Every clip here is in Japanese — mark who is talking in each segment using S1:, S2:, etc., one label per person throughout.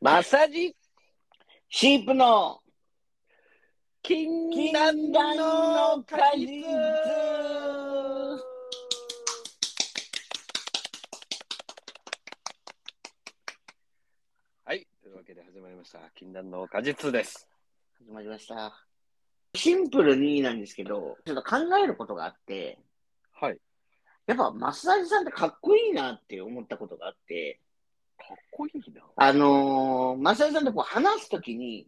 S1: マッサージシープの禁断の果実はい、というわけで始まりました。禁断の果実です。
S2: 始まりました。シンプルになんですけど、ちょっと考えることがあって、
S1: はい。
S2: やっぱ増田さんってかっこいいなって思ったことがあって、
S1: かっこいいな。
S2: あのー、増田さんとこう話すときに、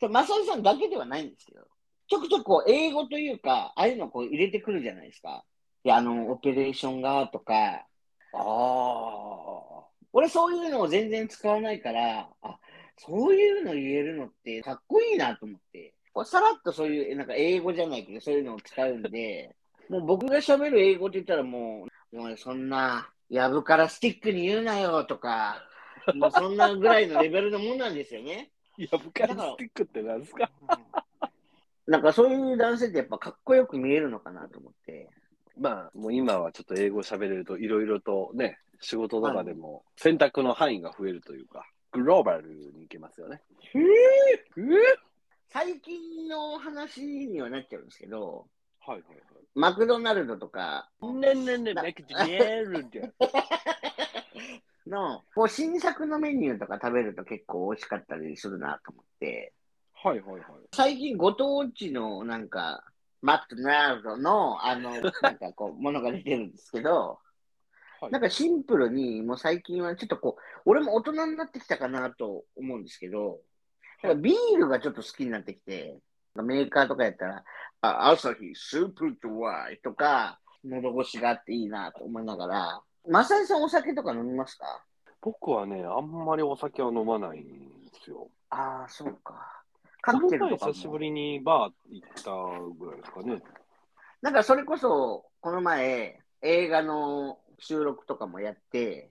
S2: それ増田さんだけではないんですけど、ちょくちょくこう英語というか、ああいうのをこう入れてくるじゃないですか。で、あの、オペレーションがとか、
S1: ああ。
S2: 俺そういうのを全然使わないから、あ、そういうの言えるのってかっこいいなと思って、こうさらっとそういう、なんか英語じゃないけど、そういうのを使うんで、 もう僕が喋る英語って言ったらもう、お前そんな、やぶからスティックに言うなよとか、もうそんなぐらいのレベルのもんなんですよね。
S1: やぶかりスティックってなんですか
S2: なんかそういう男性ってやっぱかっこよく見えるのかなと思って。
S1: まあ、もう今はちょっと英語喋れると、いろいろとね、仕事とかでも選択の範囲が増えるというか、グローバルに行けますよね。え
S2: 最近の話にはなっちゃうんですけど、
S1: はいはい
S2: マクドナルドとか、
S1: はい。ねねね、マクドナルド。
S2: の、こう新作のメニューとか食べると結構美味しかったりするなと思って、
S1: はいはいはい。
S2: 最近ご当地のなんか、マクドナルドの、あの、なんかこう、ものが出てるんですけど、
S1: はい
S2: なんかシンプルに、もう最近はちょっとこう、俺も大人になってきたかなと思うんですけど、なんかビールがちょっと好きになってきて、メーカーとかやったら、あ朝日スープドライとか、喉越しがあっていいなと思いながら、マサイさんお酒とか飲みますか
S1: 僕はね、あんまりお酒は飲まないんですよ。
S2: ああ、そうか。
S1: こ
S2: カ
S1: の
S2: クテル
S1: 前
S2: とかも
S1: 久しぶりにバー行ったぐらいですかね。
S2: なんかそれこそ、この前、映画の収録とかもやって、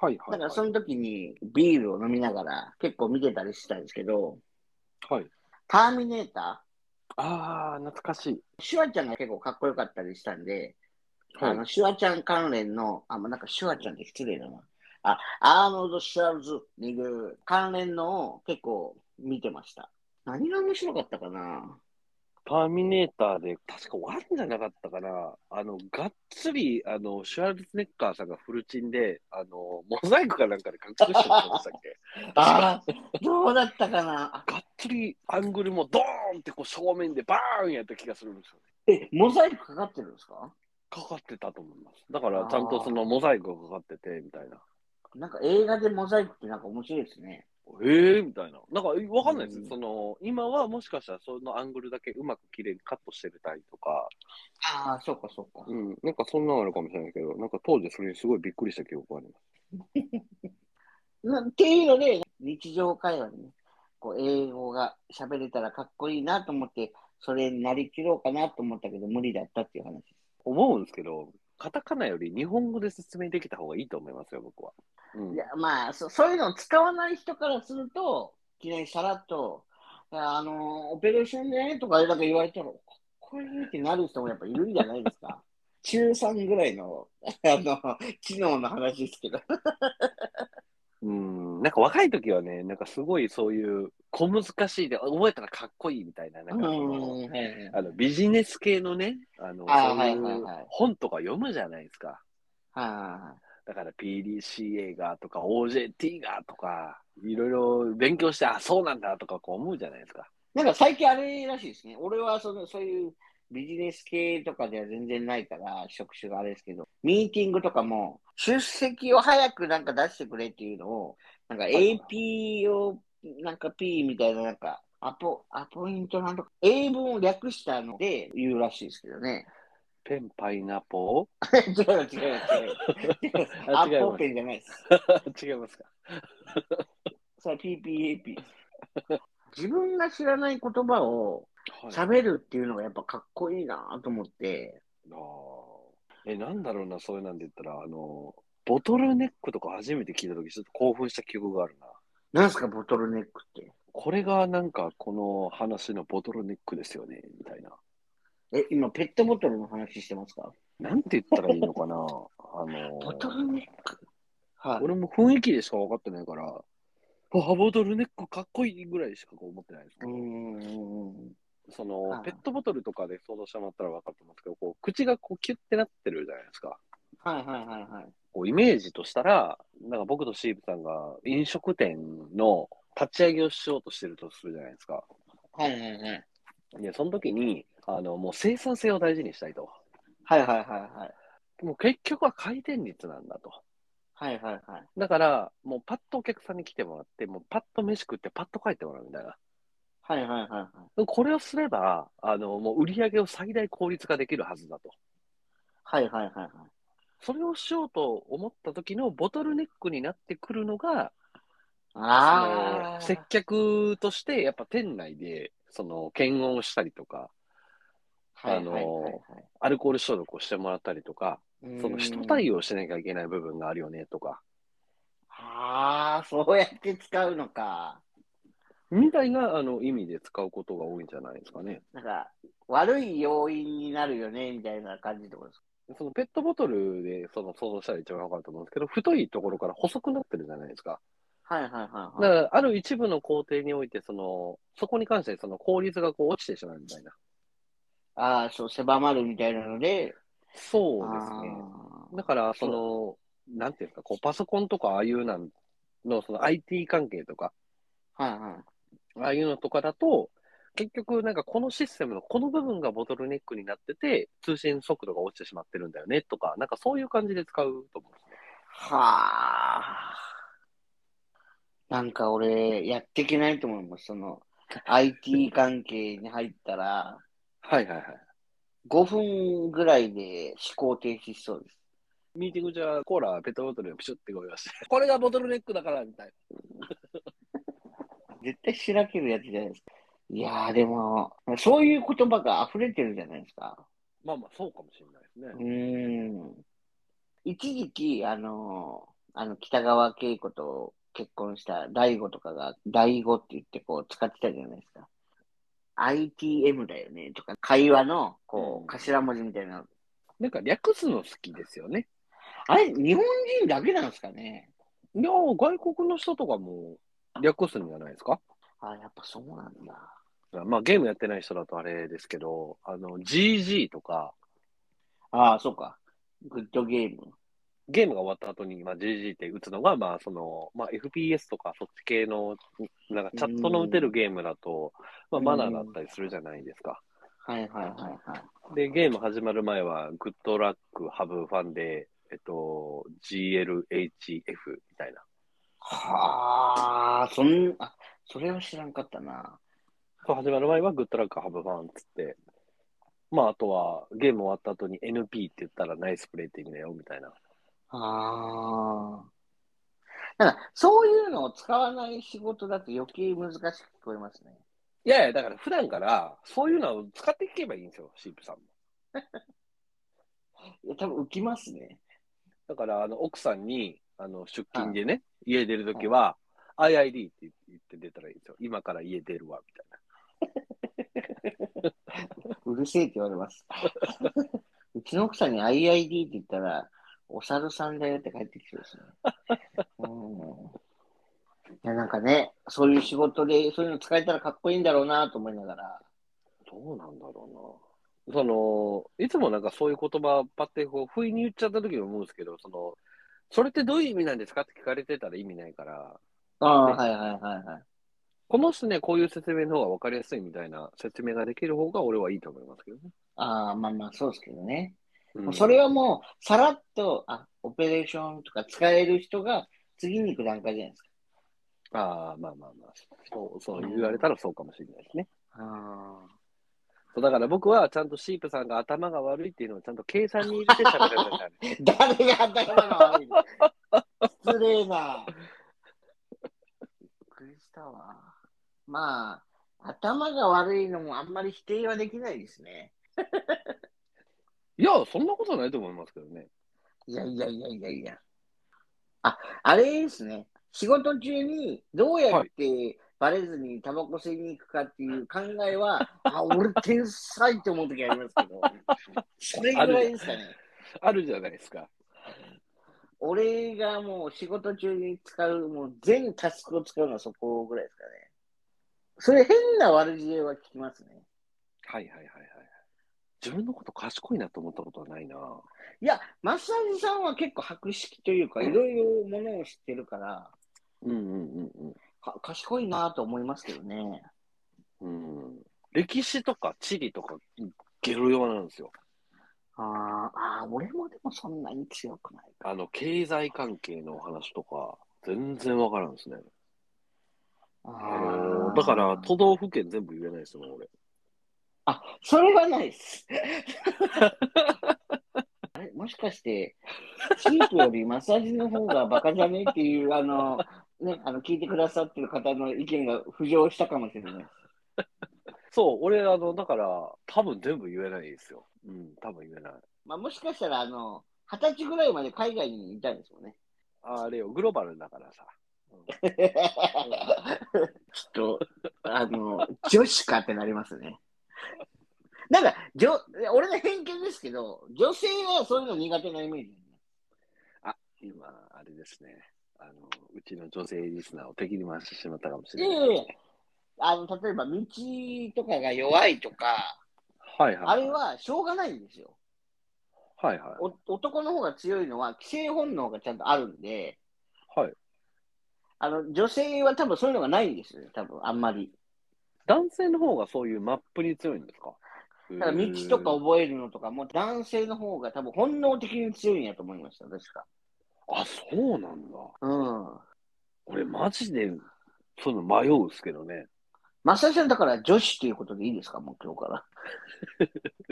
S1: はいは、
S2: ないん
S1: は
S2: か
S1: い。
S2: その時にビールを飲みながら結構見てたりしてたんですけど、
S1: はい、
S2: ターミネータ
S1: ああ、懐かしい。
S2: ー、シュワちゃんが結構かっこよかったりしたんで、
S1: は
S2: あ
S1: い、
S2: のシュワちゃん関連の、あ、もうなんかシュワちゃんって失礼だな。あ、アーノルド・シュワルズネッガー関連のを結構見てました。何が面白かったかな
S1: ターミネーターで、確かワンじゃなかったかな。あの、がっつり、あの、シュワルツェネッカーさんがフルチンで、あの、モザイクかなんかで隠してたんでしたっけ
S2: ああ、どうだったかなあ
S1: がっつりアングルもドーンってこう正面でバーンやった気がするんですよね。
S2: え、モザイクかかってるんですか
S1: かかってたと思います。だから、ちゃんとそのモザイクがかかってて、みたいな。
S2: なんか映画でモザイクってなんか面白いですね。
S1: ええみたいな。なんか、えわかんないです、
S2: うん
S1: その、今はもしかしたら、そのアングルだけうまく綺麗にカットしてたりとか、
S2: ああ、そうかそうか。
S1: うん、なんかそんなのあるかもしれないけど、なんか当時それにすごいびっくりした記憶があります。
S2: なっていうので、日常会話にね、こう英語が喋れたらかっこいいなと思って、それになりきろうかなと思ったけど、無理だったっていう話。
S1: 思うんですけど、カタカナより日本語で説明できた方がいいと思いますよ、僕は。うん
S2: いや、まあそ、そういうのを使わない人からすると、いきなりさらっと、いやあのー、オペレーションねとかなんか言われたら、かっこいいってなる人もやっぱいるんじゃないですか。中3ぐらいの、あの、知能の話ですけど。
S1: うん、なんか若い時はね、なんかすごいそういう小難しいで、あ覚えたらかっこいいみたいな、なんかその、
S2: うんはいはい
S1: あのビジネス系のね、あの、
S2: あー
S1: そういう
S2: はいはいはい
S1: 本とか読むじゃないですか。
S2: は
S1: だから PDCA がとか OJT がとか、いろいろ勉強して、あ、そうなんだとかこう思うじゃないですか。
S2: い。なんか最近あれらしいですね。俺はそのそういうビジネス系とかでは全然ないから、職種があれですけど、ミーティングとかも出席を早くなんか出してくれっていうのを、なんか
S1: いはい
S2: AP を、なんか P みたいな、なんかアポ、アポイントなんとか、英文を略したので言うらしいですけどね。
S1: ペンパイナポー
S2: 違う違う違う。
S1: あ
S2: ア
S1: 違います
S2: ポペンじゃないで す。
S1: 違いますか。
S2: それは PPAP。自分が知らない言葉を
S1: はい、
S2: 喋るっていうのがやっぱかっこいいなと思って、
S1: あーえ、なんだろうな、そういうなんで言ったら、あの、ボトルネックとか初めて聞いたとき、ちょっと興奮した記憶があるな。
S2: なんすかボトルネックって。
S1: これがなんか、この話のボトルネックですよね、みたいな。
S2: え、今ペットボトルの話してますか
S1: なんて言ったらいいのかな。あの、
S2: ルネックはい。
S1: 俺も雰囲気でしか分かってないから、ハボトルネックかっこいいぐらいしかこう思ってないですけ
S2: う
S1: ど、
S2: ん。
S1: その
S2: あ、
S1: ペットボトルとかで想像してもらったら分かると思うんですけど、こう、口がこう、キュッてなってるじゃないですか。
S2: はいはいはいはい。
S1: こう、イメージとしたら、なんか僕とシープさんが飲食店の立ち上げをしようとしてるとするじゃないですか。
S2: はいはいはい。
S1: で、その時に、あの、もう生産性を大事にしたいと。
S2: はいはいはいはい。
S1: もう結局は回転率なんだと。
S2: はいはいはい。
S1: だから、もうパッとお客さんに来てもらって、もうパッと飯食って、パッと帰ってもらうみたいな。
S2: はいはいはいはい。
S1: これをすれば、あの、もう売り上げを最大効率化できるはずだと。
S2: はいはいはいはい。
S1: それをしようと思った時のボトルネックになってくるのが、
S2: あ
S1: その
S2: あ。
S1: 接客として、やっぱ店内で、その、検温をしたりとか、
S2: はいはいはいはい
S1: アルコール消毒をしてもらったりとか、
S2: うん
S1: その人対応しなきゃいけない部分があるよねとか、
S2: ああ、そうやって使うのか。
S1: みたいな、あの、意味で使うことが多いんじゃないですかね。
S2: なんか、悪い要因になるよね、みたいな感じってことですか。
S1: そのペットボトルでその想像したら一番わかると思うんですけど、太いところから細くなってるじゃないですか。
S2: はいはいはい
S1: だか
S2: はい。
S1: ら、ある一部の工程において、その、そこに関してその効率がこう落ちてしまうみたいな。
S2: ああ、そう、狭まるみたいなので。
S1: そ
S2: あー
S1: だから、その、なんていうんですか、こうパソコンとかああいうなんの、その IT 関係とか、
S2: はいはい。
S1: ああいうのとかだと、結局、なんかこのシステムのこの部分がボトルネックになってて、通信速度が落ちてしまってるんだよねとか、なんかそういう感じで使うと思うんですね。
S2: はあ。なんか俺、やっていけないと思います。その、IT 関係に入ったら、
S1: はいはいはい。
S2: 5分ぐらいで思考停止しそうです。
S1: ミーティング中はコーラペットボトルにプシュってごめまして、 これがボトルネックだからみたいな。
S2: 絶対しらけるやつじゃないですか。いやーでも、そういう言葉が溢れてるじゃないですか。
S1: まあまあ、そうかもしれないですね。
S2: うーん。一時期、あのーあの、北川景子と結婚した大悟とかが、大悟って言ってこう使ってたじゃないですか。ITM だよねとか、会話のこ
S1: うん
S2: う、頭文字みたいな。
S1: なんか略すの好きですよね。
S2: あれ、日本人だけなんですかね
S1: いやー、外国の人とかも略すんじゃないですか
S2: あ、やっぱそうなんだ。
S1: まあゲームやってない人だとあれですけど、あの、GG とか、
S2: ああ、そうか。グッドゲーム。
S1: ゲームが終わった後に、まあ、GG って打つのが、まあ、その、まあ、FPS とかそっち系の、なんかチャットの打てるゲームだと、まあ、マナーだったりするじゃないですか。
S2: はいはいはいはい。
S1: で、ゲーム始まる前は、グッドラック、ハブ、ファンで、えっと、GLHF みたいな。
S2: はあ、そん、あ、それは知らんかったな。
S1: そう始まる前は、グッドラック、ハブ、ファンっつって、まあ、あとは、ゲーム終わった後に NP って言ったらナイスプレイって意味だよ、みたいな。
S2: ああ。なんか、そういうのを使わない仕事だと余計難しく聞こえますね。
S1: いやいや、だから普段から、そういうのを使っていけばいいんですよ、シープさんも。
S2: いや、多分浮きますね。
S1: だから、あの、奥さんに、あの、出勤でね、家出るときは、IID って言って出たらいいですよ。今から家出るわ、みたいう
S2: るせえって言われます。 うちの奥さんに IID って言ったら、お猿さんだよって帰ってきそうですね。うん。いや、なんかね、そういう仕事で、そういうの使えたらかっこいいんだろうなと思いながら。
S1: な。どうなんだろうな。その、いつもなんかそういう言葉、パッてこう、不意に言っちゃったときに思うんですけど、その、それってどういう意味なんですかって聞かれてたら意味ないから、
S2: ああ、はいはいはいはい。
S1: この人ね、こういう説明の方が分かりやすいみたいな説明ができる方が俺はいいと思いますけどね。
S2: ああ、まあまあ、そうですけどね。
S1: うん
S2: それはもう、さらっと、あ、オペレーションとか使える人が次に行く段階じゃないですか。
S1: ああ、まあまあまあ、そう、そう言われたらそうかもしれないですね。
S2: あ
S1: そうだから僕はちゃんとシープさんが頭が悪いっていうのをちゃんと計算に入れて喋らないと。
S2: 誰が頭が悪いの失礼な。びっくりしたわ。まあ、頭が悪いのもあんまり否定はできないですね。
S1: いや、そんなことないと思いますけどね。
S2: いやいやいやいやいや。あ、あれですね。仕事中にどうやってバレずにタバコ吸いに行くかっていう考えは、あ、俺天才って思う 時ありますけど、それぐらいですかね。
S1: あるじゃないですか。
S2: 俺がもう仕事中に使う、もう全タスクを使うのはそこぐらいですかね。それ変な悪知恵は聞きますね。
S1: はいはいはいはい。自分のこと賢いなと思ったことはないな。
S2: いや、マッサージさんは結構博識というか、いろいろものを知ってるから、
S1: うんうんうんうん。
S2: か賢いなと思いますけどね。
S1: うん歴史とか地理とかゲロ弱なんですよ。
S2: あーあー、俺もでもそんなに強くないか。
S1: あの、経済関係のお話とか、全然わからんですね。
S2: あ
S1: あのーだから、都道府県全部言えないですもん、俺。
S2: あ、それはないです。 あれもしかして、チープよりマッサージの方がバカじゃねっていう、あの、ね、あの、聞いてくださってる方の意見が浮上したかもしれない。
S1: そう、俺、あの、だから、多分全部言えないですよ。うん、多分言えない。
S2: まあ、もしかしたら、あの、二十歳ぐらいまで海外にいたんですもんね。
S1: あれよ、グローバルだから さ。
S2: ちょっと、あの、 女子かってなりますね。なんか、女俺の偏見ですけど、女性はそういうの苦手なイメージ。
S1: 今、あれですね。あの、うちの女性リスナーを敵に回してしまったかもし
S2: いや
S1: れ
S2: い
S1: ない。
S2: やいやあの例えば道とかが弱いとか、
S1: はいはい。
S2: あれはしょうがないんですよ。
S1: はいはい。
S2: お男の方が強いのは、規制本能がちゃんとあるんで、
S1: はい。
S2: あの女性は多分そういうのがないんですよね、多分あんまり。
S1: 男性の方がそういうマップに強いんですか
S2: だから道とか覚えるのとかも、男性の方が多分本能的に強いんやと思いました、確か。
S1: あ、そうなんだ。
S2: うん。
S1: 俺、マジで、そういうの迷うんすけどね。
S2: マサさん、だから女子ということでいいですか、もう今日から。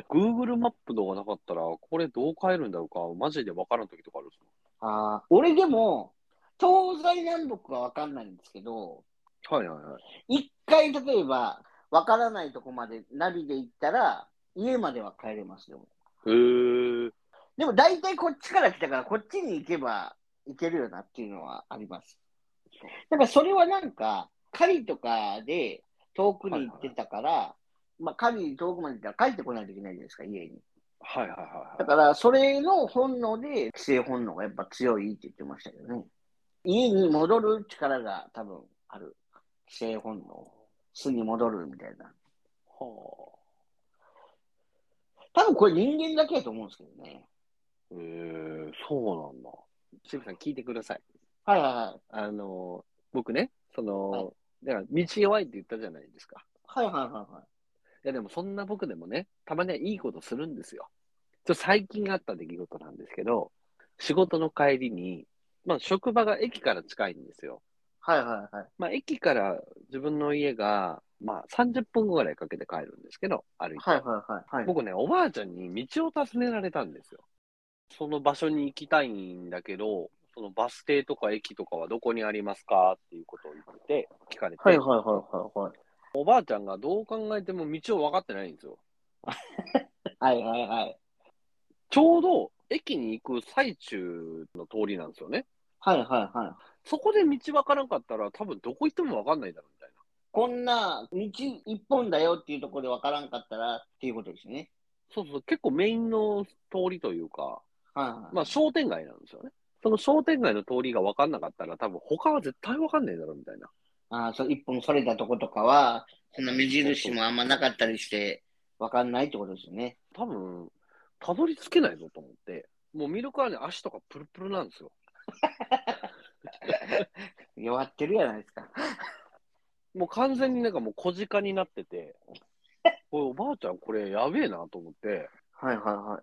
S1: Google マップとかなかったら、これどう変えるんだろうか、マジで分からん時とかあるんです
S2: あー俺でも、東西南北は分かんないんですけど、
S1: よ。はいはいはい。
S2: 一回例えば、わからないとこまでナビで行ったら、家までは帰れますよ。
S1: へー。
S2: でも大体こっちから来たから、こっちに行けば行けるよなっていうのはあります。だからそれはなんか、狩りとかで遠くに行ってたから、まあ狩りに遠くまで行ったら帰ってこないといけないじゃないですか、家に。
S1: はいはいはい
S2: だ
S1: はい。
S2: から、それの本能で、規制本能がやっぱ強いって言ってましたけどね。家に戻る力が多分ある。規制本能。巣に戻るみたいな。
S1: は
S2: 多分これ人間だけだと思うんですけどね。
S1: あ。へー、そうなんだ。渋さん、聞いてください。
S2: はいはいはい。
S1: あの、僕ね、その、
S2: はい
S1: だから道弱いって言ったじゃないですか。
S2: はいはいはいはい。
S1: いやでもそんな僕でもね、たまにはいいことするんですよ。ちょ最近あった出来事なんですけど、仕事の帰りに、まあ職場が駅から近いんですよ。
S2: はいはいはい。
S1: まあ駅から自分の家が、まあ30分ぐらいかけて帰るんですけど、歩いて。
S2: はいはいはい。
S1: 僕ね、おばあちゃんに道を尋ねられたんですよ。その場所に行きたいんだけど、そのバス停とか駅とかはどこにありますかっていうことを言って聞かれて、
S2: はいはいはいはいはい。
S1: おばあちゃんがどう考えても道を分かってないんですよ。
S2: はいはいはい。
S1: ちょうど駅に行く最中の通りなんですよね。
S2: はいはいはい。
S1: そこで道わからんかったら、多分どこ行ってもわかんないだろうみたいな。
S2: こんな道一本だよっていうところでわからんかったらっていうことですね。
S1: そうそう、結構メインの通りというか、
S2: はいはい。
S1: まあ商店街なんですよね。その商店街の通りがわかんなかったら、多分他は絶対わかんないだろうみたいな。
S2: ああ、そう、一本それたとことかは、その目印もあんまなかったりして、わかんないってことですよね。
S1: 多分、たどり着けないぞと思って、もうミルクはね、足とかプルプルなんですよ。
S2: 弱ってるじゃないですか。
S1: もう完全になんかもう小鹿になってて、おいおばあちゃんこれやべえなと思って、
S2: はいはいはい。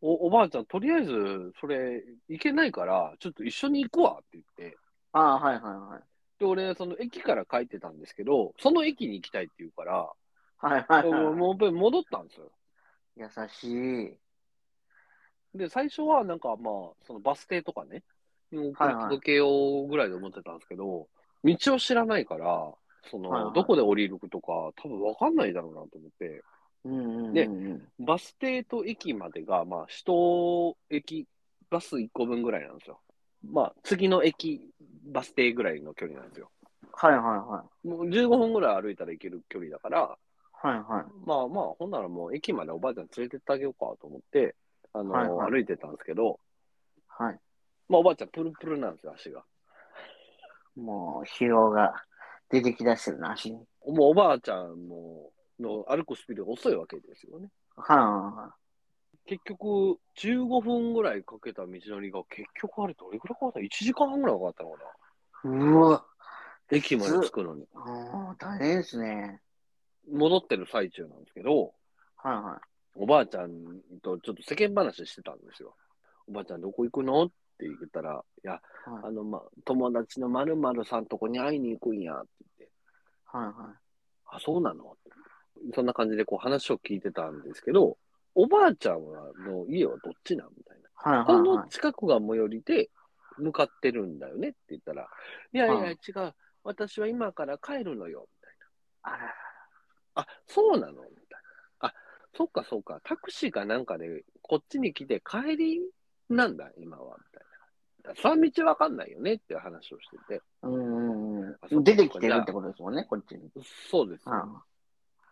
S1: おおばあちゃん、とりあえず、それ、行けないから、ちょっと一緒に行くわって言って、
S2: ああ、はいはいはい。
S1: で、俺、その駅から帰ってたんですけど、その駅に行きたいって言うから、
S2: はいはい
S1: もう
S2: はい。
S1: もうやっぱり戻ったんですよ。
S2: 優しい。
S1: で、最初は、なんか、まあ、そのバス停とかね、に送り届けようぐらいで思ってたんですけど、道を知らないから、その、
S2: はいはい
S1: どこで降りるとか、多分わかんないだろうなと思って、
S2: うんうんうん
S1: で
S2: うん。
S1: バス停と駅までが、まあ、首都駅、バス1個分ぐらいなんですよ。まあ、次の駅、バス停ぐらいの距離なんですよ。
S2: はいはいは
S1: もう15分ぐらい歩いたら行ける距離だから、
S2: い。はいはい。
S1: まあまあ、ほんならもう駅までおばあちゃん連れてってあげようかと思って、あの、
S2: はいはい
S1: 歩いてたんですけど、
S2: はい。
S1: まあ、おばあちゃん、プルプルなんですよ、足が。
S2: もう疲労が出てきだしてるな、足に。
S1: もうおばあちゃんのの歩くスピードが遅いわけですよね。
S2: は
S1: 結局、15分ぐらいかけた道のりが、結局あれ、どれぐらいかかった ?1 時間半ぐらいかかったのかな
S2: あ。うわ。
S1: 駅まで着くのに。
S2: うん大変ですね。
S1: 戻ってる最中なんですけど、
S2: はいは
S1: おばあちゃんとちょっと世間話してたんですよ。おばあちゃんどこ行くのって言ったら、いや、
S2: い。はい
S1: あの、ま、友達のまるまるさんとこに会いに行くんやって言って、
S2: はいは
S1: あ、そうなのってそんな感じでこう話を聞いてたんですけど、おばあちゃんはの家はどっちなんみたいな。
S2: い。はい
S1: こ
S2: はい
S1: の
S2: はい。
S1: 近くが最寄りで向かってるんだよねって言ったら、いやい
S2: は
S1: や、
S2: い
S1: 違う。私は今から帰るのよ、みたいな。
S2: あら
S1: あ、そうなのみたいな。あ、そっかそっか。タクシーかなんかで、こっちに来て帰りなんだ、今は。みたいな。さあ、道わかんないよねっていう話をしてて。
S2: うんうん
S1: あ
S2: う
S1: そ
S2: ん。
S1: っか
S2: 出てきてるってことですもんね、こっちに。
S1: そうです、
S2: はい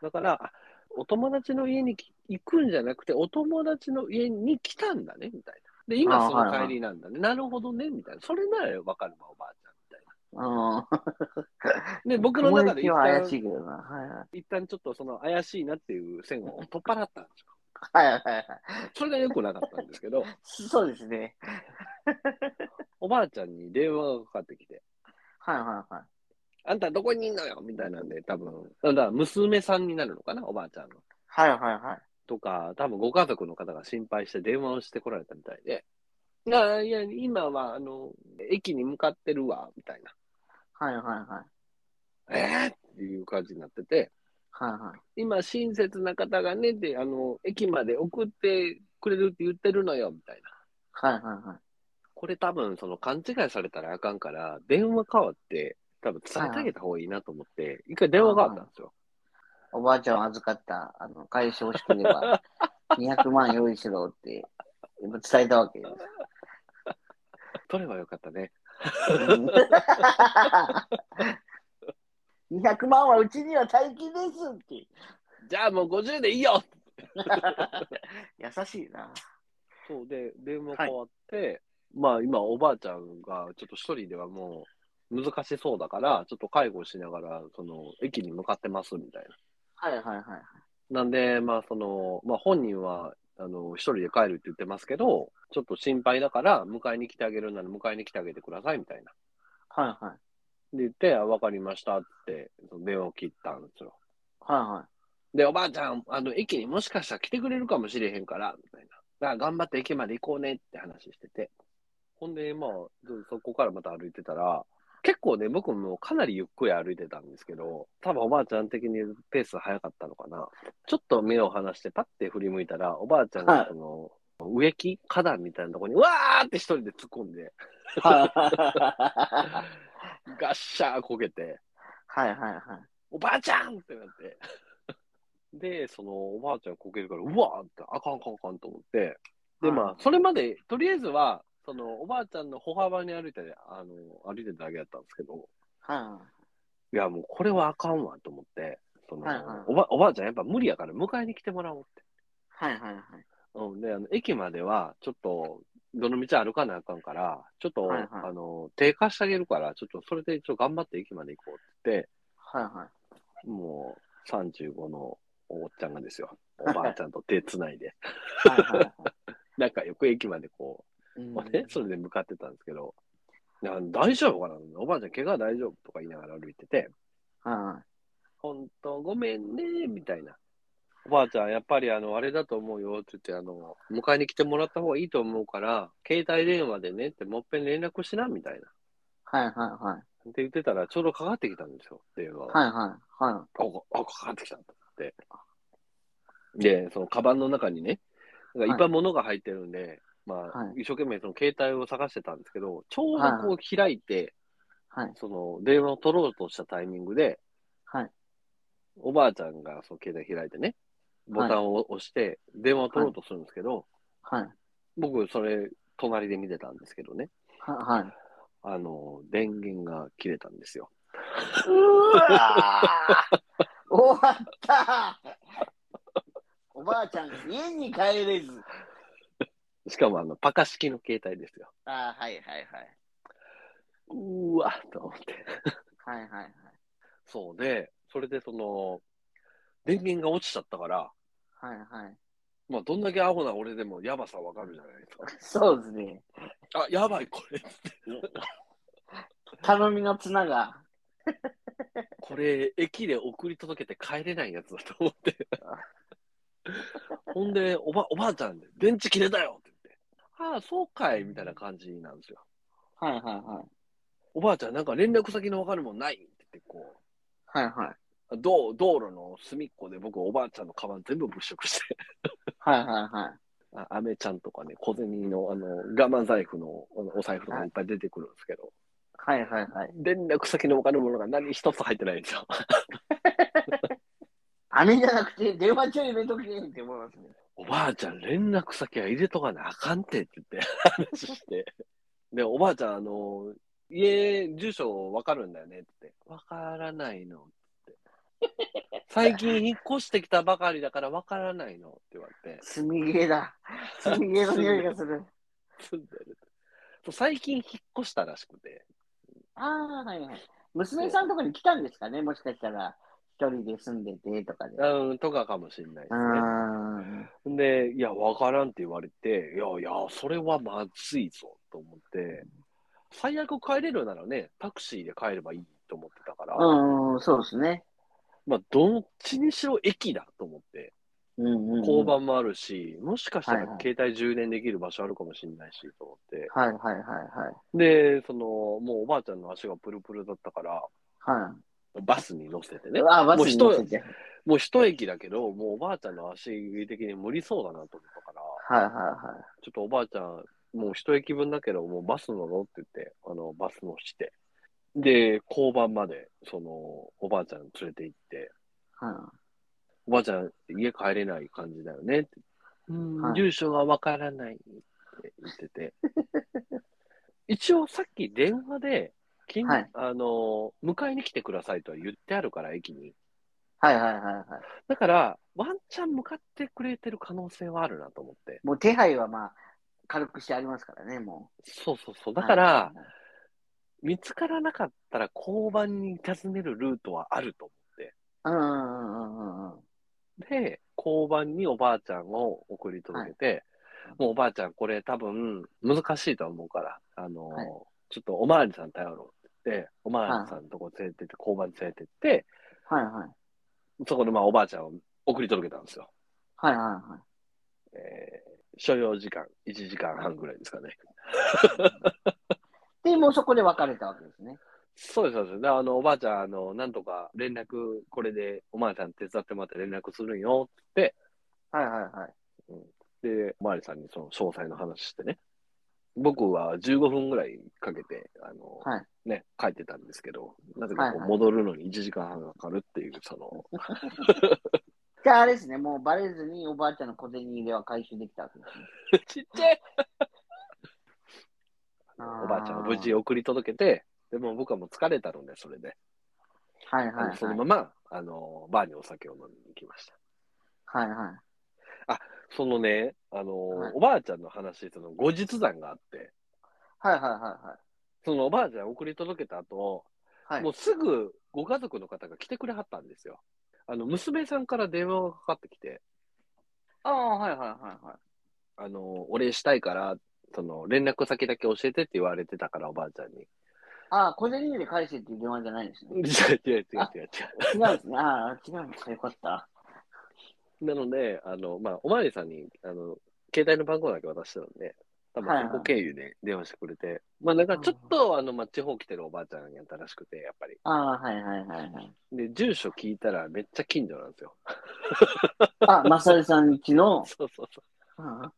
S1: だから、あお友達の家にき行くんじゃなくて、お友達の家に来たんだね、みたいな。で、
S2: あ
S1: 今そ
S2: ー
S1: の
S2: はいはい
S1: 帰りなんだね。なるほどね、みたいな。それならわかるわ、おばあちゃん。みたい
S2: うん。
S1: なで、僕の中で
S2: 雲
S1: 一
S2: 行きは怪し
S1: 旦
S2: いけどな。はいはい。
S1: 一旦ちょっとその怪しいなっていう線を取っ払ったんですよ。
S2: はいはいはい。
S1: それが良くなかったんですけど、
S2: そうですね。
S1: おばあちゃんに電話がかかってきて、
S2: はいはいはい。
S1: あんたどこにいんのよみたいなんで、多分だから娘さんになるのかな、おばあちゃんの。
S2: はいはいはい。
S1: とか、多分ご家族の方が心配して電話をしてこられたみたいで、いや、いや今は、あの、駅に向かってるわ、みたいな、
S2: はいはいはい。
S1: えー、っていう感じになってて、
S2: はいはい。
S1: 今、親切な方がね、で、あの、駅まで送ってくれるって言ってるのよ、みたいな。
S2: はいはいはい。
S1: これ多分、その、勘違いされたらあかんから、電話変わって、多分伝えてあげた方がいいなと思って、一回電話変わったんですよ。
S2: おばあちゃんを預かった、あの、返してほしければ、200万用意しろって、伝えたわけです。
S1: 取ればよかったね。
S2: 200万はうちには大金ですって。
S1: じゃあもう50でいいよ
S2: 優しいな。
S1: そうで、電話変わって、まあ今おばあちゃんがちょっと一人ではもう難しそうだから、ちょっと介護しながら、その駅に向かってますみたい
S2: はいはいはい。
S1: な。なんで、まあその、まあ本人は、あの、一人で帰るって言ってますけど、ちょっと心配だから、迎えに来てあげるなら迎えに来てあげてくださいみたいな。
S2: はいはい。
S1: で言って、あわかりましたって、その電話を切ったんですよ。
S2: はいはい。
S1: で、おばあちゃん、あの、駅にもしかしたら来てくれるかもしれへんから、みたいな。だから頑張って駅まで行こうねって話してて。ほんで、まあ、ずそこからまた歩いてたら、結構ね、僕もかなりゆっくり歩いてたんですけど、多分おばあちゃん的にペース早かったのかな。ちょっと目を離してパッて振り向いたら、おばあちゃん
S2: はい
S1: がその、植木花壇みたいなところに、うわーって一人で突っ込んで、
S2: は
S1: ガッシャーこけて、
S2: いはいはい。
S1: おばあちゃんってなって。 で、そのおばあちゃんこけるから、うわーって、あかんあかんあかんと思って。で、まあ、それまで、とりあえずは、そのおばあちゃんの歩幅に歩いて、あの、歩いてただけだったんですけど、
S2: あ。はい
S1: や、もうこれはあかんわと思って、その、
S2: はいはい
S1: おばおばあちゃんやっぱ無理やから迎えに来てもらおうって。
S2: いはいはい。
S1: うん、で、あの駅までは、ちょっと、どの道歩かなあかんから、ちょっと、
S2: はいはい
S1: あの、低下してあげるから、ちょっとそれでちょっと頑張って駅まで行こうって言って、
S2: はいはい。
S1: もう35のおっちゃんがですよ、おばあちゃんと手つないで、
S2: はいはいはい。
S1: 仲良く駅までこ
S2: う
S1: う、
S2: ん
S1: まあね、それで向かってたんですけど、な大丈夫かなおばあちゃん、怪我大丈夫とか言いながら歩いてて、
S2: は
S1: 本当ごめんね、みたいな。おばあちゃん、やっぱりあの、あれだと思うよって言って、あの、迎えに来てもらった方がいいと思うから、携帯電話でねって、もっぺん連絡しな、みたいな。
S2: いはいはい。
S1: って言ってたら、ちょうどかかってきたんですよ、電話が。
S2: はいはいは
S1: あ、あ、かかってきたと思って。で、その、カバンの中にね、なんかいっぱい物が入ってるんで、まあ、
S2: は
S1: 一生懸命その携帯を探してたんですけど、ちょうどこう開いて、
S2: い。はい。
S1: その、電話を取ろうとしたタイミングで、
S2: はい。
S1: おばあちゃんがその携帯開いてね、ボタンを押して、電話を取ろうとするんですけど、
S2: はい。
S1: 僕、それ、隣で見てたんですけどね、
S2: はい。
S1: あの、電源が切れたんですよ。
S2: うわー終わったおばあちゃん、家に帰れず。
S1: しかも、あの、パカ式の携帯ですよ。
S2: あーはいはいはいう
S1: ーわと思って。
S2: はいはいはい
S1: そうで、それでその、電源が落ちちゃったから、
S2: はいはい
S1: まあ、どんだけアホな俺でもやばさわかるじゃないですか。
S2: そうですね
S1: あ、やばい、これ、
S2: 頼みの綱が
S1: これ、駅で送り届けて帰れないやつだと思 って。ほんで、おば、おばあちゃん、電池切れたよって言って。ああ、そうかい、みたいな感じなんですよ。
S2: はいはいはい
S1: おばあちゃん、なんか連絡先のわかるもんないって言って、こう。
S2: はいはい
S1: 道道路の隅っこで僕、おばあちゃんのカバン全部物色して、
S2: はいはいはい
S1: あアメちゃんとかね、小銭の、あの、我慢財布のあのお財布とかいっぱい出てくるんですけど、
S2: はいはいはい。
S1: 連絡先のわかるものが何一つ入ってないんですよ。
S2: 姉じゃなくて、電話帳入れとけって思いますね。
S1: おばあちゃん、連絡先は入れとかなあかんてって言って話して。で、おばあちゃん、あの、家、住所わかるんだよねって言って。わからないのって。最近引っ越してきたばかりだからわからないのって言われ て。
S2: 積み毛だ。積み毛の匂いがする。
S1: 住んでる。そう最近引っ越したらしくて。
S2: ああ、はいはい。娘さんとかに来たんですかね、もしかしたら。一人で住んでてとかで。
S1: うん、とかかもしれないで
S2: うー
S1: すね。
S2: ん。
S1: で、いや、わからんって言われて、いやいや、それはまずいぞと思って、最悪帰れるならね、タクシーで帰ればいいと思ってたから、
S2: うんうん、そうですね。
S1: まあ、どっちにしろ駅だと思って、
S2: うんうん。
S1: 交。番もあるし、もしかした
S2: は
S1: ら
S2: いはい
S1: 携帯充電できる場所あるかもしれないし、と思って。
S2: はいはいはいはい。
S1: で、その、もうおばあちゃんの足がプルプルだったから、
S2: は
S1: バスに乗せて
S2: い。
S1: ね
S2: う。わ、バス
S1: もう
S2: に
S1: 人
S2: 乗せて。はい
S1: もう一駅だけど、もうおばあちゃんの足的に無理そうだなと思ったから、
S2: はいは
S1: ちょっとおばあちゃん、もう一駅分だけど、もうバス乗ろうって言って、あの、バス乗して。で、交番まで、その、おばあちゃん連れて行って、
S2: い。は
S1: おばあちゃん、家帰れない感じだよねって。うん
S2: はい
S1: 住所がわからないって言って て。一応さっき電話で、近
S2: はい
S1: あの、迎えに来てくださいとは言ってあるから、駅に。
S2: いはいはいはい。
S1: だから、ワンチャン向かってくれてる可能性はあるなと思って。
S2: もう手配はまあ、軽くしてありますからね、も
S1: そうそうそう。
S2: う。
S1: だから、
S2: はい
S1: 見つからなかったら交番に尋ねるルートはあると思
S2: うんうんうんうんうん。
S1: って。で、交番におばあちゃんを送り届けて、
S2: はい
S1: もうおばあちゃん、これ多分難しいと思うから、あのー
S2: はい
S1: ちょっとおまわりさん頼ろうって言って、おまわりさんのとこ連れてって、交番に連れてって、
S2: はいはい。
S1: そこでまあおばあちゃんを送り届けたんですよ。
S2: はいはいはい。
S1: えー所要時間、1時間半ぐらいですかね。
S2: で、もうそこで別れたわけですね。
S1: そうです、そうです。だからあの、おばあちゃん、あの、なんとか連絡、これでおまわりさん手伝ってもらって連絡するんよって
S2: はいはいはい。
S1: 言って、で、おまわりさんにその詳細の話してね。僕は15分ぐらいかけて、あの、
S2: はい
S1: ね、帰ってたんですけど、なぜかこう
S2: はいはい
S1: 戻るのに1時間半かかるっていう、そ の、
S2: じゃああれですね、もうバレずにおばあちゃんの小銭入れは回収できたわけですね。
S1: ちっちゃい
S2: あー
S1: おばあちゃんを無事送り届けて、でも僕はもう疲れたので、それで、
S2: はいはい
S1: あの
S2: はい。
S1: そのまま、あの、バーにお酒を飲みに行きました。
S2: はいはい。
S1: そのね、あの、
S2: はい
S1: おばあちゃんの話、その後日談があって、
S2: はいはいは
S1: そのおばあちゃん送り届けた後、
S2: いはい。
S1: も
S2: は
S1: う
S2: い。
S1: すぐご家族の方が来てくれはったんですよ。あの、娘さんから電話がかかってきて、
S2: ああ、はいはいはいはい。
S1: あの、お礼したいから、その、連絡先だけ教えてって言われてたから、おばあちゃんに。
S2: ああ、小銭入れ返せっていう電話じゃないです
S1: 違
S2: ね。
S1: う違う違う違う
S2: 違うんですね。ああ、違うんですか。よかった。
S1: 違う。なので、あの、まあ、おまわりさんに、あの、携帯の番号だけ渡してたんで、多
S2: は
S1: 分
S2: い
S1: そこ経由で電話してくれて、まあ、なんかちょっと、あの、まあ、地方来てるおばあちゃんやったらしくて、やっぱり。
S2: ああ、はいはいはいはい。
S1: で、住所聞いたらめっちゃ近所なんですよ。
S2: あ、まさるさん家の、
S1: そうそうそう。
S2: うん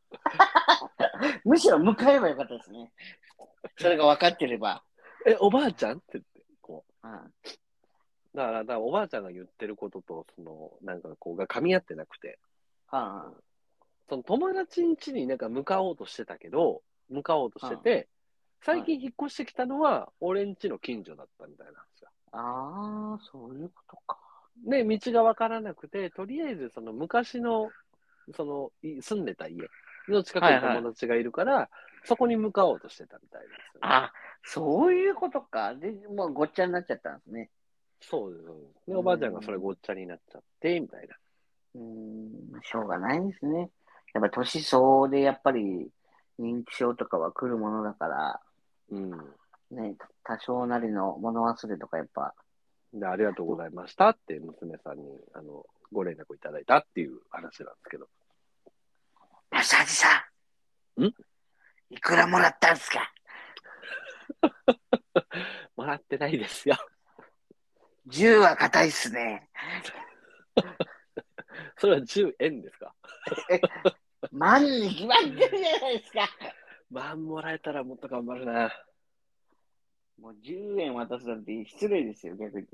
S2: むしろ迎えればよかったですね。それが分かってれば。
S1: え、おばあちゃんって言って、こう。
S2: うん、はい
S1: だから、だからおばあちゃんが言ってることと、その、なんかこう、が噛み合ってなくて、
S2: は
S1: その友達ん家になんか向かおうとしてたけど、向かおうとしてて、最近引っ越してきたのは、俺ん家の近所だったみたいなんですよ。
S2: い。ああ、そういうことか。
S1: で、道がわからなくて、とりあえずその昔の、その、い住んでた家の近くに
S2: はいはい
S1: 友達がいるから、そこに向かおうとしてたみたいです、
S2: あ、そういうことか。で、もうごっちゃになっちゃったんですね。
S1: そうですそうです。で、おばあちゃんがそれごっちゃになっちゃって、みたいな。
S2: うーん、しょうがないですね。やっぱ年相応でやっぱり認知症とかは来るものだから、
S1: うん。
S2: ね、多少なりの物忘れとかやっぱ、
S1: で、ありがとうございましたって、娘さんに、あの、ご連絡いただいたっていう話なんですけど。
S2: マッサージさん、
S1: ん
S2: いくらもらったんすか
S1: もらってないですよ。
S2: ?10 は硬いっすね。
S1: それは10円ですか
S2: 万に決まってるじゃないですか。
S1: まあ、もらえたらもっと頑張るな。
S2: もう10円渡すなんて失礼ですよ、逆に。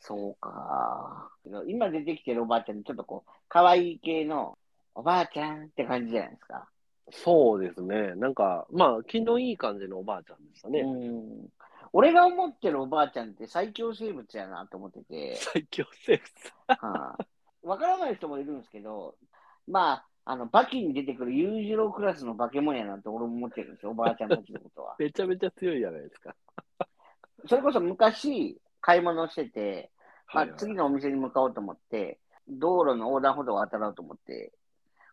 S2: そうか。今出てきてるおばあちゃんにちょっとこう、可愛い系のおばあちゃんって感じじゃないですか。
S1: そうですね。なんか、まあ、気のいい感じのおばあちゃんでしたね。
S2: うん。俺が思ってるおばあちゃんって最強生物やなと思って て。
S1: 最強生物。
S2: はいわからない人もいるんですけど、まあ、あの、バキに出てくる裕次郎クラスの化け物やなって俺も思ってるんですよ、おばあちゃんたちのこと は。
S1: めちゃめちゃ強いじゃないですか。
S2: それこそ昔、買い物をしてて、まあ、次のお店に向かおうと思って、道路の横断歩道を渡ろうと思って、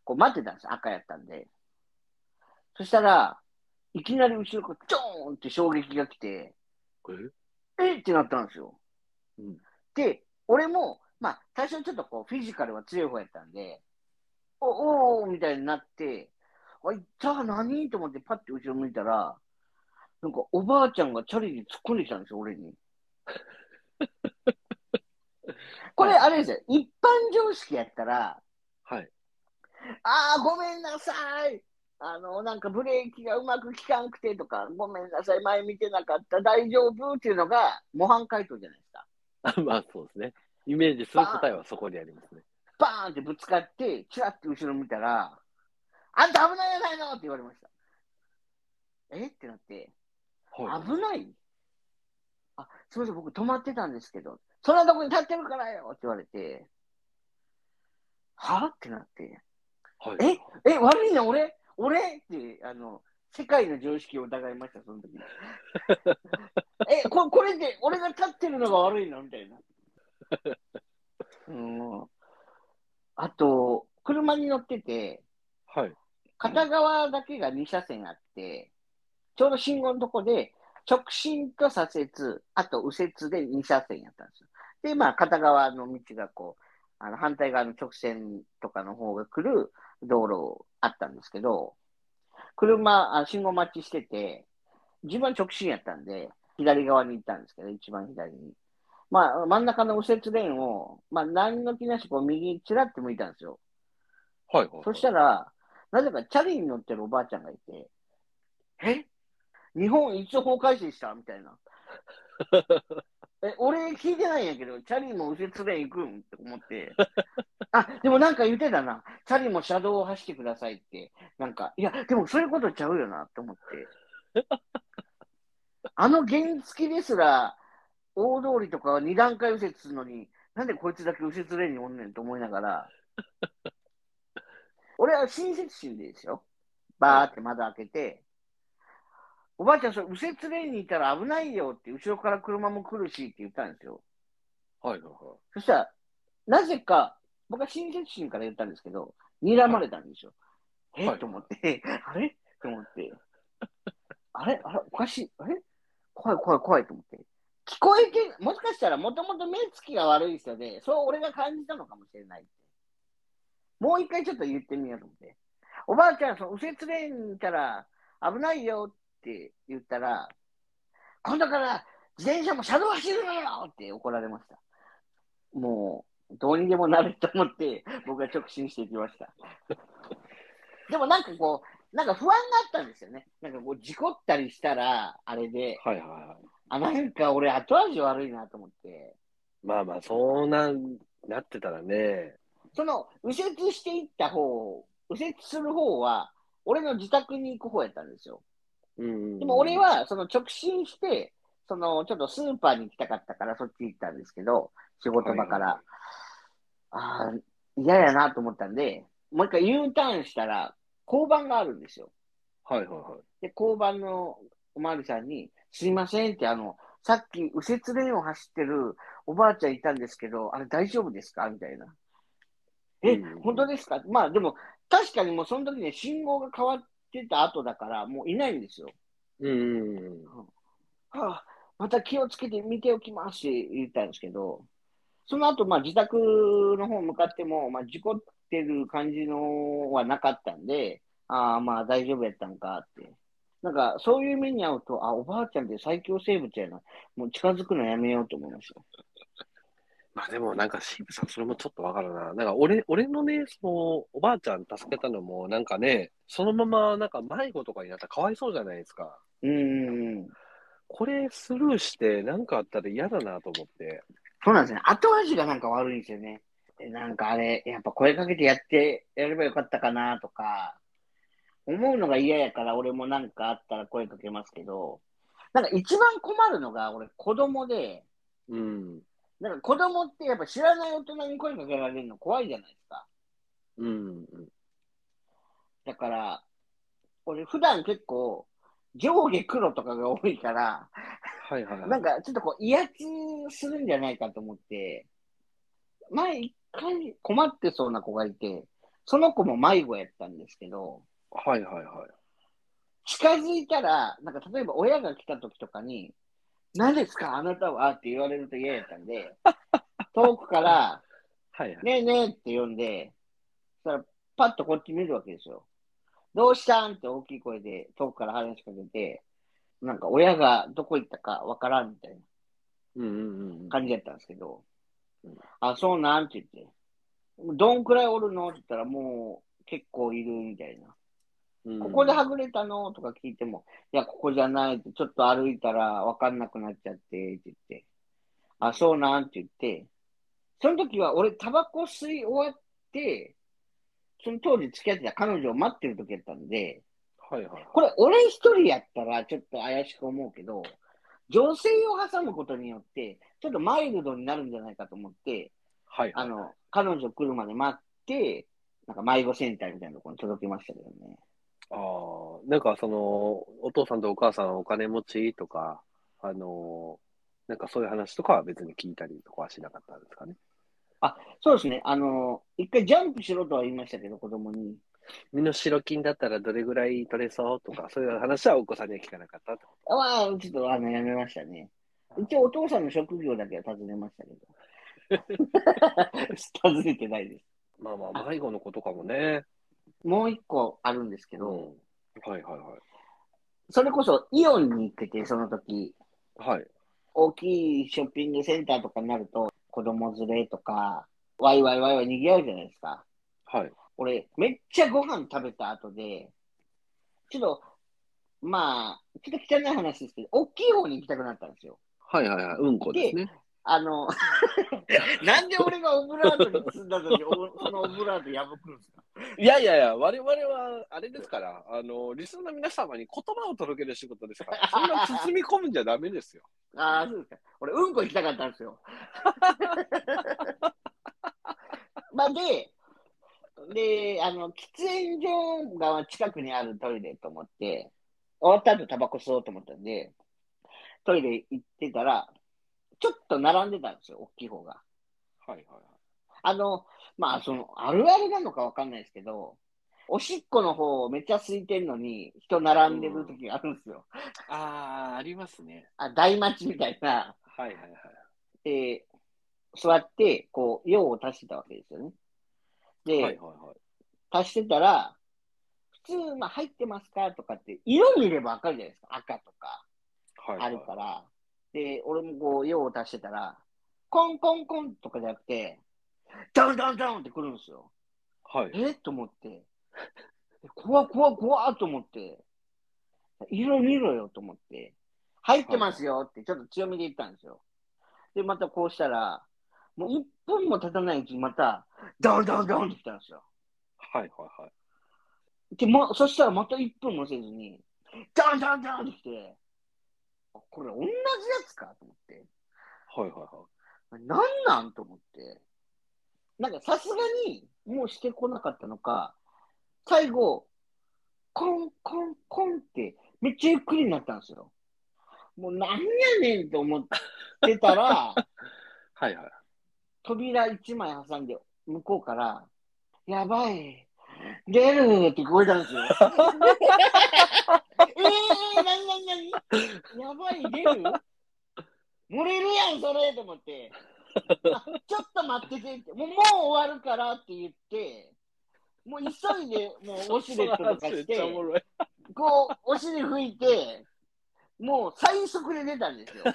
S2: こう待ってたんです、赤やったんで。そしたら、いきなり後ろからちょーンって衝撃が来て、えってなったんですよ。
S1: うん
S2: で、俺も、まあ、最初ちょっとこう、フィジカルは強い方やったんで、おおーみたいになって、あ、いったー何と思ってパッて後ろ向いたら、なんかおばあちゃんがチャリに突っ込んできたんですよ、俺に。これ、あれですよ、一般常識やったら、
S1: はい。
S2: ああ、ごめんなさい。あの、なんかブレーキがうまく効かんくてとか、ごめんなさい、前見てなかった、大丈夫っていうのが模範解答じゃないですか。
S1: あまあ、そうですね。イメージする答えはそこにありますね。
S2: バーンってぶつかって、チラッて後ろ見たら、あんた危ないじゃないのって言われました。えってなって、
S1: はい。
S2: 危ないあ、すみません、僕止まってたんですけど、そんなとこに立ってるからよって言われて、はってなって、
S1: はい、
S2: え、悪いの俺俺って、あの、世界の常識を疑いました、その時。え、ここれで俺が立ってるのが悪いのみたいな。うん。あと、車に乗ってて、
S1: はい。
S2: 片側だけが2車線あって、ちょうど信号のとこで、直進と左折、あと右折で2車線やったんですよ。で、まあ、片側の道がこう、あの反対側の直線とかの方が来る道路あったんですけど、車、あ信号待ちしてて、自分は直進やったんで、左側に行ったんですけど、一番左に。まあ、真ん中の右折レーンを、まあ、何の気なし、こう、右にちらって向いたんですよ。
S1: はい。はい。
S2: そしたら、なぜかチャリに乗ってるおばあちゃんがいて、え日本一法改正したみたいな。 え、俺聞いてないんやけど、チャリも右折レーン行くんって思って。あ、でもなんか言ってたな。チャリも車道を走ってくださいって。なんか、いや、でもそういうことちゃうよなって思って。 あの原付ですら、大通りとかは2段階右折するのに、なんでこいつだけ右折レーンにおんねんと思いながら、 俺は親切心でですよ。バーって窓開けて、おばあちゃん、それ右折レーンにいたら危ないよって、後ろから車も来るしって言ったんですよ。
S1: はい。はい。はい
S2: そしたら、なぜか、僕は親切心から言ったんですけど、睨まれたんですよ。え、
S1: はい
S2: と思って、あれと思って、あれあれおかしいあれ怖い怖い怖いと思って。聞こえて、もしかしたらもともと目つきが悪い人で、そう俺が感じたのかもしれない。もう一回ちょっと言ってみようと思って。おばあちゃん、その右折レーンにいたら危ないよって言ったら、今度から自転車も車道走るのよって怒られました。もう、どうにでもなると思って、僕は直進していきました。でもなんかこう、なんか不安があったんですよね。なんかこう、事故ったりしたら、あれで、
S1: はいはいはい。
S2: あ、なんか俺後味悪いなと思って、
S1: まあまあ、そうなん、なってたらね。
S2: その、右折していった方、右折する方は、俺の自宅に行く方やったんですよ。
S1: うん。
S2: でも俺、はその直進して、そのちょっとスーパーに行きたかったからそっち行ったんですけど、仕事場から。
S1: は
S2: ああ、嫌やなと思ったんで、もう一回 U ターンしたら、交番があるんですよ。
S1: はいはいはい。
S2: で、交番のおまわりさんに、すいませんって、あの、さっき右折レーンを走ってるおばあちゃんいたんですけど、あれ大丈夫ですかみたいな。え、
S1: うん
S2: 本当ですかまあでも、確かにもうその時ね、信号が変わってた後だから、もういないんですよ。
S1: うんうんうん。
S2: はあ、また気をつけて見ておきますって言ったんですけど、その後、まあ自宅の方向かっても、まあ事故ってる感じのはなかったんで、ああ、まあ大丈夫やったんかって。なんか、そういう目に遭うと、あ、おばあちゃんって最強生物やな。もう近づくのやめようと思いました。
S1: まあでもなんかシーブさんそれもちょっとわかるな。なんか俺、俺のね、そのおばあちゃん助けたのもなんかね、そのままなんか迷子とかになったらかわいそうじゃないですか。
S2: うーん。
S1: これスルーしてなんかあったら嫌だなと思って。
S2: そうなんですね。後味がなんか悪いんですよね。えなんかあれ、やっぱ声かけてやってやればよかったかなとか、思うのが嫌やから俺もなんかあったら声かけますけど、なんか一番困るのが俺子供で、
S1: うん。
S2: なんか子供ってやっぱ知らない大人に声かけられるの怖いじゃないですか。
S1: うん。
S2: だから、俺普段結構上下黒とかが多いから、
S1: はいはいはい。
S2: なんかちょっとこう威圧するんじゃないかと思って、前一回困ってそうな子がいて、その子も迷子やったんですけど、
S1: はいはいはい。
S2: 近づいたら、なんか例えば親が来た時とかに、何ですかあなたはって言われると嫌やったんで、遠くから、
S1: はいはい。
S2: ねえねえって呼んで、そしたらパッとこっち見るわけですよ。どうしたんって大きい声で遠くから話しかけて、なんか親がどこ行ったかわからんみたいな。
S1: うんうんうん。
S2: 感じだったんですけど
S1: うん、
S2: あ、そうなんって言って、どんくらいおるのって言ったら、もう結構いるみたい
S1: う
S2: な。
S1: ん
S2: ここではぐれたのとか聞いても、いや、ここじゃないって、ちょっと歩いたら分かんなくなっちゃって、って言って、あ、そうなんって言って、その時は俺、タバコ吸い終わって、その当時付き合ってた彼女を待ってる時やったんで、
S1: はいはい。
S2: これ、俺一人やったらちょっと怪しく思うけど、女性を挟むことによって、ちょっとマイルドになるんじゃないかと思って、
S1: はいは
S2: あ
S1: い。
S2: の、彼女来るまで待って、なんか迷子センターみたいなところに届けましたけどね。
S1: ああ、なんかその、お父さんとお母さんお金持ちとか、あのなんかそういう話とかは別に聞いたりとかはしなかったんですかね。
S2: そうですね。あの、一回ジャンプしろとは言いましたけど、子供に。
S1: 身の代金だったらどれぐらい取れそうとか、そういう話はお子さんには聞かなかったってこ
S2: ああ、ちょっとあの、やめましたね。一応お父さんの職業だけは尋ねましたけど。 尋ねてないです。
S1: と。まあまあ、迷子の子とかもね。
S2: もう一個あるんですけ
S1: うん。
S2: ど、
S1: はいはいは
S2: それこそイオンに行ってて、その時、
S1: い。はい。
S2: 大きいショッピングセンターとかになると、子供連れとか、ワイワイワイワイ賑わうじゃないですか。
S1: はい。
S2: 俺、めっちゃご飯食べた後で、ちょっと、まあ、ちょっと汚い話ですけど、大きい方に行きたくなったんですよ。
S1: はいはいはい。うんこですね。
S2: あの、 なんで俺がオブラートに包んだのに、おそのオブラート破くんですか
S1: いやいやいや、我々は、あれですから、あの、リスナーの皆様に言葉を届ける仕事ですから、そんな包み込むんじゃダメですよ。
S2: ああ、そうですか。俺、うんこ行きたかったんですよ。まあ、で、で、あの、喫煙所が近くにあるトイレと思って、終わった後タバコ吸おうと思ったんで、トイレ行ってたら、ちょっと並んでたんですよ、大きい方が。
S1: はいはいはい。
S2: あの、まあ、その、あるあるなのかわかんないですけど、おしっこの方めっちゃ空いてるのに、人並んでる時があるんですよ。
S1: ああ、ありますね。
S2: あ、大待ちみたいな。
S1: はいはいはい。
S2: で、座って、こう、用を足してたわけですよね。で、
S1: はいはいはい。
S2: 足してたら、普通、まあ、入ってますかとかって、色見ればわかるじゃないですか。赤とか、
S1: はいはい、
S2: あるから。で、俺もこう、用を足してたら、コンコンコンとかじゃなくて、ダンダンダンってくるんですよ。
S1: はい。
S2: えと思って。で怖っ怖っ怖っと思って。色見ろよと思って。入ってますよってちょっと強めで言ったんですよ。で、またこうしたら、もう1分も経たないうちにまた、ドンドンドンって来たんですよ。
S1: はいはいはい。
S2: で、ま、そしたらまた1分もせずに、ドンドンドンって来て、あこれ同じやつかと思って。
S1: はいはいは
S2: なんなんと思って。なんかさすがに、もうしてこなかったのか、最後、コンコンコンって、めっちゃゆっくりになったんですよ。もうなんやねんと思ってたら、
S1: はいはい。
S2: 扉一枚挟んで、向こうから、やばい、出るって聞こえた んですよ。えー、なになになにやばい、出る漏れるやん、それと思って。あちょっと待っててって、もうもう終わるからって言って、もう急いで、もうウォシュレットとか
S1: めっ
S2: し
S1: ちゃお
S2: て、
S1: もろい。
S2: こう、お尻拭いて、もう最速で出たんですよ。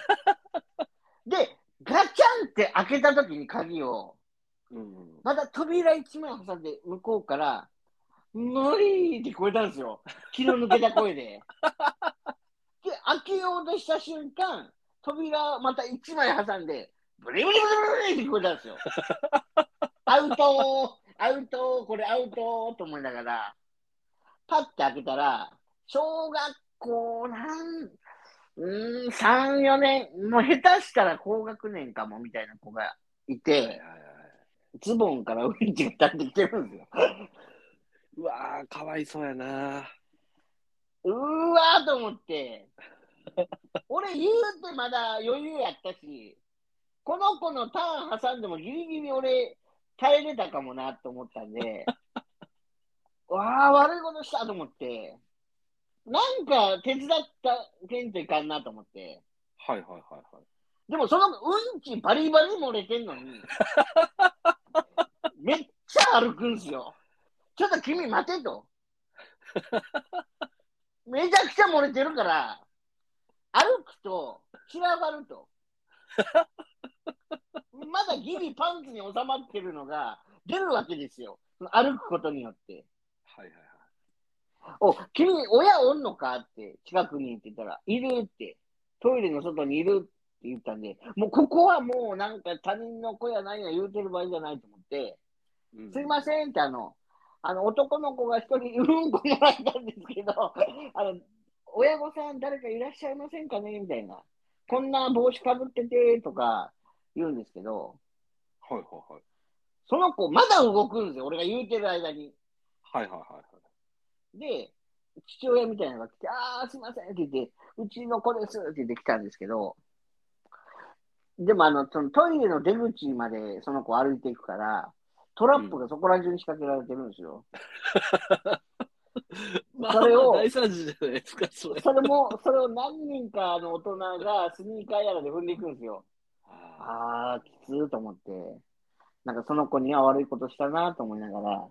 S2: で、ガチャンって開けた時に鍵を、
S1: うん。
S2: まだ扉一枚挟んで、向こうから、無理って聞こえたんですよ。気の抜けた声で。で、開けようとした瞬間、扉また一枚挟んで、ブリブリブリブリって聞こえたんですよ。アウトーアウトーこれアウトーと思いながら、パッて開けたら、小学校なん、うーん、3、4年、もう下手したら高学年かもみたいな子がいて、
S1: はいはいはい。
S2: ズボンからうんちが立ってきてるんですよ。
S1: うわー、かわいそうやな。
S2: うーわーと思って。俺言うてまだ余裕やったし、この子のターン挟んでもギリギリ俺耐えれたかもなと思ったんで、わあ、悪いことしたと思って、なんか手伝ったけんといかんなと思って。
S1: はいはいはいはい。
S2: でもそのうんちバリバリ漏れてんのに、めっちゃ歩くんすよ。ちょっと君待てと。めちゃくちゃ漏れてるから、歩くと散らばると。まだギリパンツに収まってるのが出るわけですよ。歩くことによって。
S1: はいはいはい。
S2: お、君、親おんのかって、近くに行ってたら、いるって、トイレの外にいるって言ったんで、もうここはもうなんか他人の子やないや言うてる場合じゃないと思って、
S1: うん
S2: すいませんってあの、あの男の子が一人うんこもらったんですけど、 あの、親御さん誰かいらっしゃいませんかねみたいな。こんな帽子かぶっててとか言うんですけど、
S1: はいはいはい。
S2: その子まだ動くんですよ、俺が言うてる間に。
S1: はいはいはいはい。
S2: で、父親みたいなのが来て、ああ、すいませんって言って、うちの子ですって言って来たんですけど、でもあの、そのトイレの出口までその子歩いていくから、トラップがそこら中に仕掛けられてるんですよ。
S1: まあ、
S2: それを
S1: 大惨事じゃないですか、それ。
S2: それも、それを何人かの大人がスニーカーやらで踏んでいくんですよ。
S1: あ
S2: ああ、きつーと思って、なんかその子には悪いことしたなと思いながら、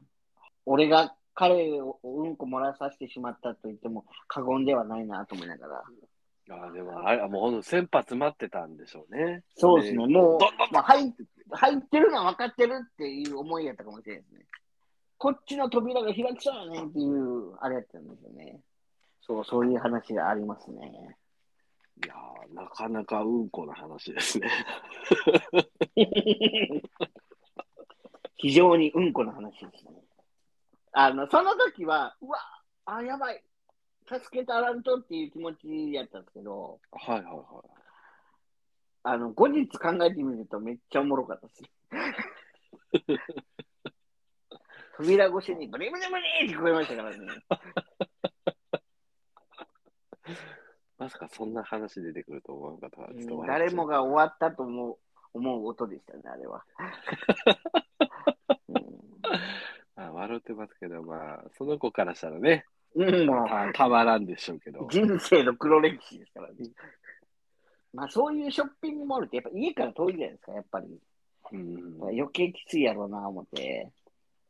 S2: 俺が彼をうんこ漏らさせてしまったと言っても過言ではないなと思いながら。
S1: ーでも、あれ、もうほんと先発待ってたんでしょうね。
S2: そうですね、もう、
S1: どんどん
S2: まあ、入っ入ってるのは分かってるっていう思いやったかもしれないですね。こっちの扉が開きそうやねんっていう、あれやったんですよね。そう、そういう話がありますね。
S1: いやーなかなかうんこな話ですね。
S2: 非常にうんこの話ですね。あの、その時は、うわ、あ、やばい、助けたらんとっていう気持ちやったんですけど、
S1: はいはいは
S2: あの、後日考えてみるとめっちゃおもろかったです。扉越しにブリブリブリって聞こえましたからね。
S1: い。まさかそんな話出てくると思わなかったから、ちょっと笑っ
S2: 誰
S1: ちゃ
S2: も
S1: う。
S2: が終わったと思う思う音でしたね、あれは。
S1: まあ、笑ってますけど、まあ、その子からしたらね、
S2: うん、うんもう
S1: たたまらんでしょうけど。
S2: 人生の黒歴史ですからね。まあそういうショッピングモールってやっぱ家から遠いじゃないですか、やっぱり。
S1: うん、
S2: 余計きついやろうな、思って。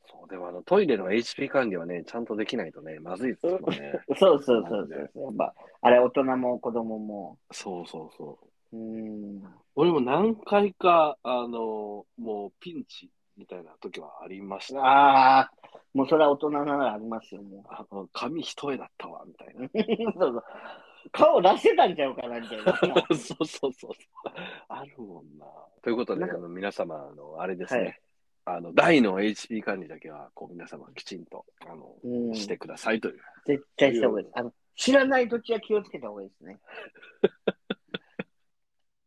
S1: そう、でもあの、トイレの HP 管理はね、ちゃんとできないとね、まずいですよね。
S2: そうそうそうそう。やっぱ、あれ大人も子供も。
S1: そうそうそう。
S2: うん。
S1: 俺も何回か、あの、もうピンチみたいな時はありました。
S2: ああ、もうそれは大人ならありますよ、もう。
S1: あの紙一重だったわ、みたいな。
S2: そう そう。顔出してたんちゃうかな、みたいな。
S1: そうそうそうそう。あるもんな。ということで、
S2: なん
S1: あ
S2: か
S1: の皆様、あのあれですね、あの、大の HP 管理だけは、こう、皆様、きちんと、あの、
S2: うん。
S1: してくださいという。
S2: 絶対した方がいいです。あの、知らない土地は気をつけた方がいいですね。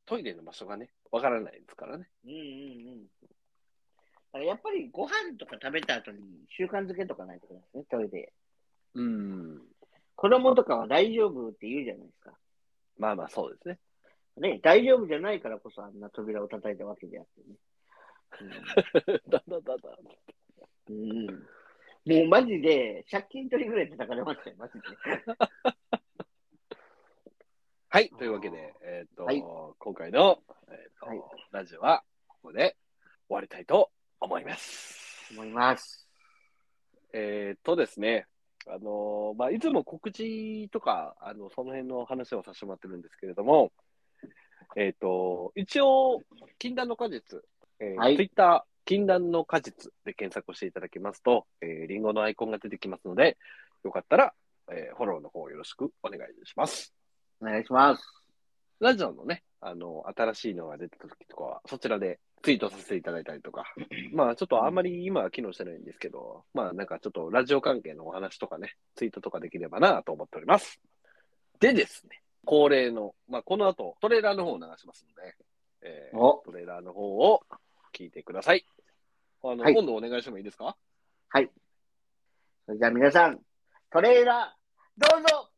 S1: トイレの場所がね、わからないですからね。
S2: うんうんうん。だからやっぱりご飯とか食べた後に習慣づけとかないといけないですね、トイレ。
S1: うん。
S2: 子供とかは大丈夫って言うじゃないですか。
S1: まあまあ、そうですね。
S2: ね、大丈夫じゃないからこそあんな扉を叩いたわけであってね。
S1: だだだだ。
S2: うん。うん、もうマジで、借金取りぐらい叩かれましたよ、マジで。
S1: はい、というわけで、えっ、と、
S2: はい
S1: 今回の、えーと
S2: はい
S1: ラジオはここで終わりたいと思います。
S2: 思います。
S1: えっ、とですね、あのーまあ、いつも告知とか、あの、その辺の話をさせてもらってるんですけれども、えっ、と、一応、禁断の果実、え
S2: はい
S1: ツイッター Twitter 禁断の果実で検索をしていただきますと、えー、リンゴのアイコンが出てきますので、よかったら、えーフォローの方よろしくお願いします。
S2: お願いします。
S1: ラジオのね、あの、新しいのが出てた時とかは、そちらでツイートさせていただいたりとか、まあちょっとあんまり今は機能してないんですけど、まあなんかちょっとラジオ関係のお話とかね、ツイートとかできればなと思っております。でですね、恒例の、まあこの後、トレーラーの方を流しますので、えー
S2: お
S1: トレーラーの方を聞いてください。あの、
S2: はい
S1: 今度お願いしてもいいですか
S2: それじゃあ皆さん、トレーラー、どうぞ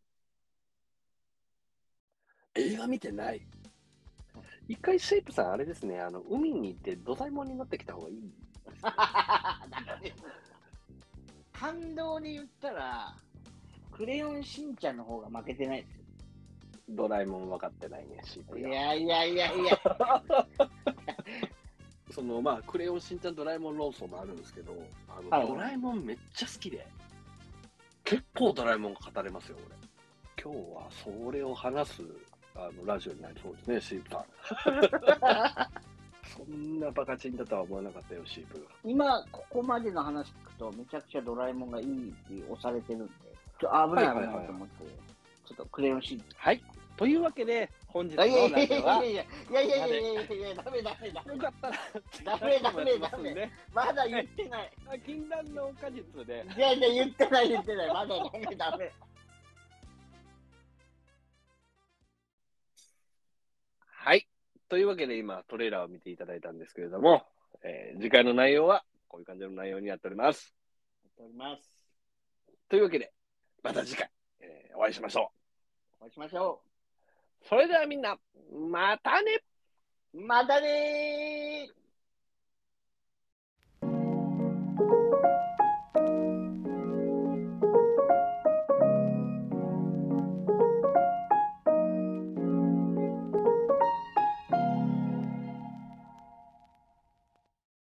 S1: 映画見てない。一回シェイプさん、あれですね、あの、海に行って土左衛門になってきた方がいい。
S2: 感動で言ったら、クレヨンしんちゃんの方が負けてないですよ
S1: ドラえもん分かってないね、シープ
S2: い
S1: が
S2: やいやいやいや、
S1: そのまあ、クレヨンしんちゃんドラえもん論争もあるんですけど、あの
S2: はい
S1: ドラえもんめっちゃ好きで、結構ドラえもん語れますよ、俺。今日はそれを話すあのラジオになりそうですね、シープさん。 そんなバカチンだとは思わなかったよ、シープが。
S2: 今、ここまでの話聞くと、めちゃくちゃドラえもんがいいって押されてるんで、ちょっと危ない危ないと思って、ちょっとクレヨンしんち
S1: はい。というわけで、本日
S2: ゃ
S1: の
S2: ん。いやいや
S1: ラ
S2: い
S1: ジ
S2: や
S1: オ
S2: い
S1: は、よ
S2: やいやいやいやいやいやいや、ダメダメダメ。
S1: かったら、
S2: ダメダメダメ
S1: メ。
S2: まだ言ってない。
S1: 禁断の果実で。
S2: いやいや、言ってない言ってない。まだダメダメ。
S1: はい。というわけで今、トレーラーを見ていただいたんですけれども、えー次回の内容は、こういう感じの内容になっております。
S2: おります。
S1: というわけで、また次回、えーお会いしましょ
S2: お会いしましょ
S1: う。それではみんな、またね
S2: う。またねー。